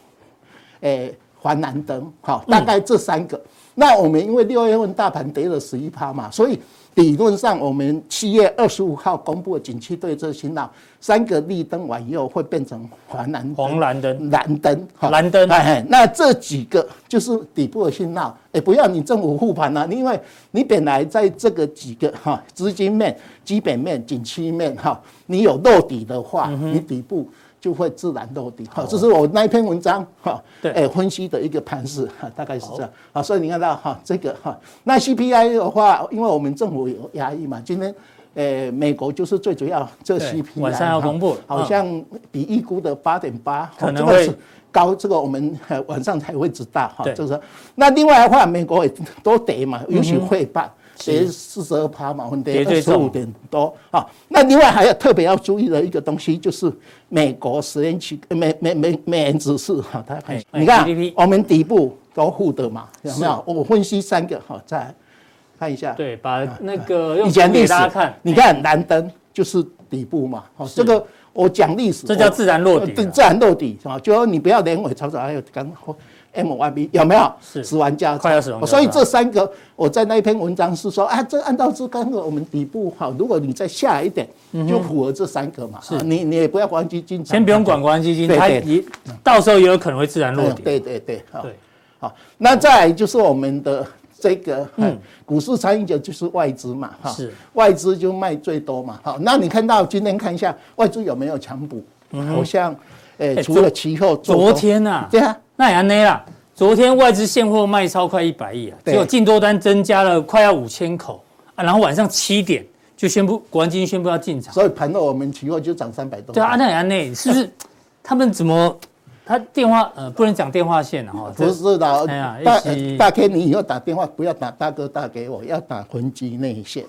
C: 诶华南灯，好，
A: 嗯
C: 大概这三个。那我们因为六月份大盘跌了十一趴嘛，所以理论上我们七月二十五号公布的景气对策信号，三个绿灯完以后会变成黄蓝灯
A: 黄蓝灯
C: 蓝灯哈
A: 蓝灯
C: 哎哎，那这几个就是底部的信号，哎，不要你政府护盘啊，因为你本来在这个几个哈资金面、基本面、景气面哈，你有落底的话，
A: 嗯
C: 你底部。就会自然落底，哈，这是我那一篇文章哈，
A: 对
C: 哎分析的一个盘势，哈，大概是这样，啊，所以你看到哈，这个哈，那 CPI 的话，因为我们政府有压抑嘛，今天，呃，美国就是最主要这
A: 对
C: CPI，
A: 晚上要
C: 哈
A: 公布了
C: 好
A: 嗯
C: 像比预估的八点八，哦
A: 可能
C: 这个
A: 会
C: 是高，这个我们呃晚上才会知道哈
A: 对，嗯
C: 就是说那另外的话，美国也都跌嘛，尤其会办。跌四十二趴嘛，我们跌
A: 跌
C: 二
A: 最
C: 十五
A: 重
C: 点多啊。那另外还要特别要注意的一个东西，就是美国十年期美美美美元指数哈，它
A: 哎
C: 你看
A: GDP
C: 我们底部都护的嘛，有没有？我分析三个哈，再来看一下。
A: 对，把啊那个用
C: 嗯啊以
A: 图
C: 前历
A: 给
C: 史
A: 大家看，
C: 你看蓝灯就是底部嘛，哦，这个我讲历史，哦
A: 这
C: 呃
A: 叫自然落底啊
C: 对自然落底啊，就说你不要连尾草草，还有刚 M Y B 有没有？
A: 是
C: 死亡交叉
A: 快要死亡交叉
C: 哦所以这三个我在那一篇文章是说啊，这按照这刚刚我们底部哈，如果你再下来一点，就符合这三个嘛，啊你你也不要关基金，
A: 嗯先不用管国安基金，
C: 对
A: 它
C: 对
A: 也到时候也有可能会自然落
C: 嗯
A: 底。
C: 对对对，好
A: 对，
C: 好，那再来就是我们的 *laughs* 这个，嗯，股市参与者就是外资嘛，哈，
A: 是
C: 外资就卖最多嘛，好，那你看到今天看一下外资有没有强补？好像，诶，
A: 哎
C: 除了期后做
A: 嗯
C: 多，
A: 昨天呐，
C: 对啊，
A: 那也安内啦，昨天外资现货卖超快一百亿啊，
C: 对
A: 结果净多单增加了快要五千口啊，然后晚上七点就宣布国安基金宣布要进场。
C: 所以盘后我们期货就涨三百多，
A: 对啊，，那也安内是不是？他们怎么？他电话呃不能讲电话线啊，哈，
C: 不是的
A: 哎呀，
C: 大
A: 一起
C: 大 K，你以后打电话不要打大哥大给我，要打分机内线，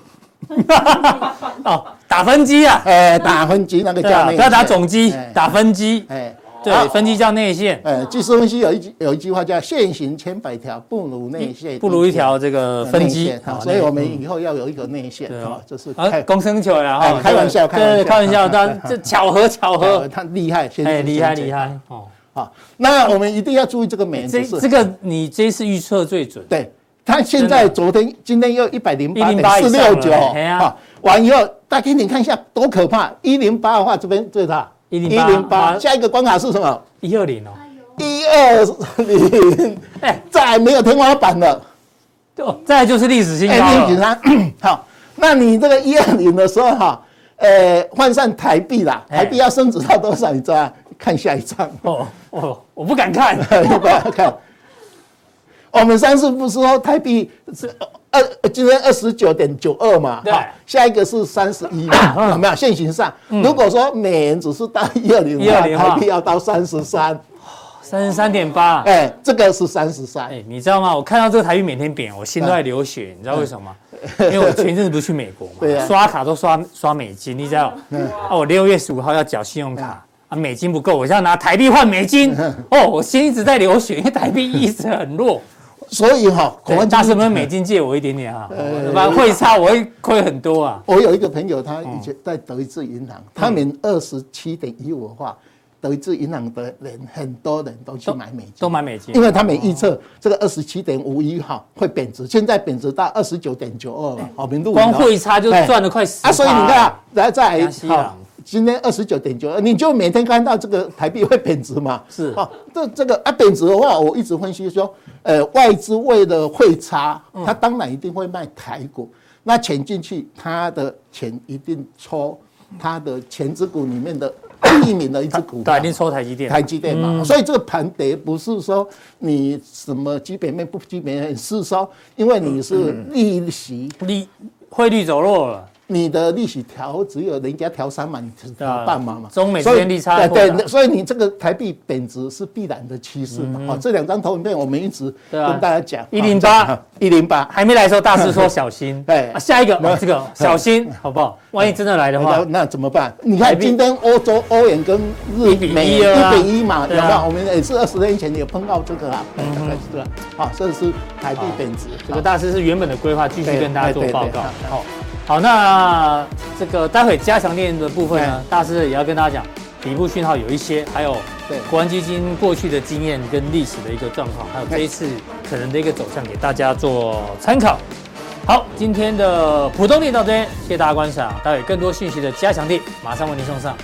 A: 哦打分机啊，
C: 哎，打分机那个
A: 对
C: 叫
A: 啊，
C: 内线，
A: 不要打总机
C: 哎，
A: 打分机，
C: 哎，
A: 对，啊分机叫内线，
C: 呃，技师分析有一句有一句话叫“现行千百条，不如内线哎
A: 不如一条这个分机
C: 哈，
A: 好
C: 所以
A: 内嗯
C: 我们以后要有一个内线
A: 对
C: 哈
A: 哦，
C: 这是
A: 啊，
C: 开
A: 公生球啦，哈，
C: 哎开玩笑
A: 对对对
C: 开
A: 开
C: 玩
A: 玩
C: 笑
A: 笑，
C: *laughs*
A: 但这巧合巧
C: 呃，
A: 合，
C: 他厉害，先
A: 哎，厉害厉
C: 啊
A: 害哦，！
C: 好那我们一定要注意这个美元
A: 这
C: 指数
A: 这，个你这次预测最准，
C: 对，它现在昨天今天又一百零八点
A: 108
C: 四
A: 以
C: 六
A: 上
C: 九，
A: 了哎呀
C: 啊，完以后大家你看一下多可怕，一零八的话这边最大，
A: 108
C: 下一个关卡是什么？
A: 一二零哦，
C: 一二零，
A: 哎，
C: 再没有天花板了。
A: 哦再来就是历史新高
C: 哎，你
A: 了，
C: 它 *clears throat* 好，那你这个一二零的时候哈，呃，换算台币啦，
A: 哎
C: 台币要升值到多少？你知道吗？看下一张， *laughs*
A: 哦哦，我不敢看，
C: 不要看。我们上次不是说台币是二，今天二十九点九二嘛，
A: 对嗯
C: 好下一个是三十
A: *coughs*
C: 一嘛，有没有？现行上，如果说美元只是到一二零，
A: 120
C: 台币要到三十三，
A: 三十三点八，
C: 哎，这个是三十三，
A: 嗯哎，你知道吗？我看到这个台币每天贬，我心都
C: 啊
A: 在流血，你知道为什么吗？因为我前一阵子不是去美国
C: 嗯 *laughs* 对啊嗯
A: 嘛，刷卡都刷刷美金，你知道？啊，我六月十五号要缴信用卡啊，美金不够，我要拿台币换美金。
C: 嗯
A: 哦，我心一直在流血，因为台币一直很弱。
C: 所以哈，
A: 我
C: 国安基
A: 大
C: 金
A: 师们美金借我一点点啊，不然汇差我会亏很多啊。
C: 我有一个朋友，他以
A: 哦
C: 前在德意志银行，他们
A: 嗯
C: 二十七点一五的话，德意志银行的人很多人都去买美金，
A: 都买美金哦
C: 因为他们预测这个二十七点五一哈会贬值，现在贬值到二十九点九二了，哦我们录影了
A: 哎光汇差就赚了快
C: 哎
A: 10%
C: 啊，所以你看啊，来再来
A: 加息啊
C: 好今天二十九点九二，你就每天看到这个台币会贬值嘛？
A: 是
C: 哦，这这个啊贬值的话，我一直分析说，呃，外资为了汇差，
A: 嗯
C: 它当然一定会卖台股，那钱进去，它的钱一定抽它的前指股里面的第一名的一只股嘛，
A: 对，一定抽台积电。嗯
C: 台积电嘛，所以这个盘跌不是说你什么基本面不
A: 嗯
C: 基本面，是说因为你是利息
A: 利汇率走弱了，
C: 你的利息调只有人家调三码，你只调半码嘛。
A: 中美之
C: 所以
A: 间利差扩
C: 对
A: 大
C: 对，所以你这个台币贬值是必然的趋势嘛。哦，这两张投影片我们一直
A: 对啊
C: 跟大家讲，
A: 108
C: 一零八，
A: 还没来的时候，大师说小心。
C: 对
A: 啊下一个哦这个小心，好不好？万一真的来的
C: 那
A: 话，
C: 那怎么办？你
A: 台
C: 看
A: 币
C: 今天欧洲欧元跟日
A: 一比一
C: 美
A: 啊
C: 一比一嘛，有
A: 对
C: 没
A: 啊
C: 有？我们也是二十年前也碰到这个啊，这个啊，这是台币贬值。
A: 这个大师是原本的规划，继续
C: 对
A: 跟大家做
C: 对对
A: 报
C: 对
A: 告
C: 好。
A: 好，好，那这个待会加强练的部分呢，大师也要跟大家讲底部讯号有一些，还有
C: 对
A: 国安基金过去的经验跟历史的一个状况，还有这一次可能的一个走向，给大家做参考。好，今天的浦东店到这边，谢谢大家观赏。待会更多讯息的加强地马上为您送上。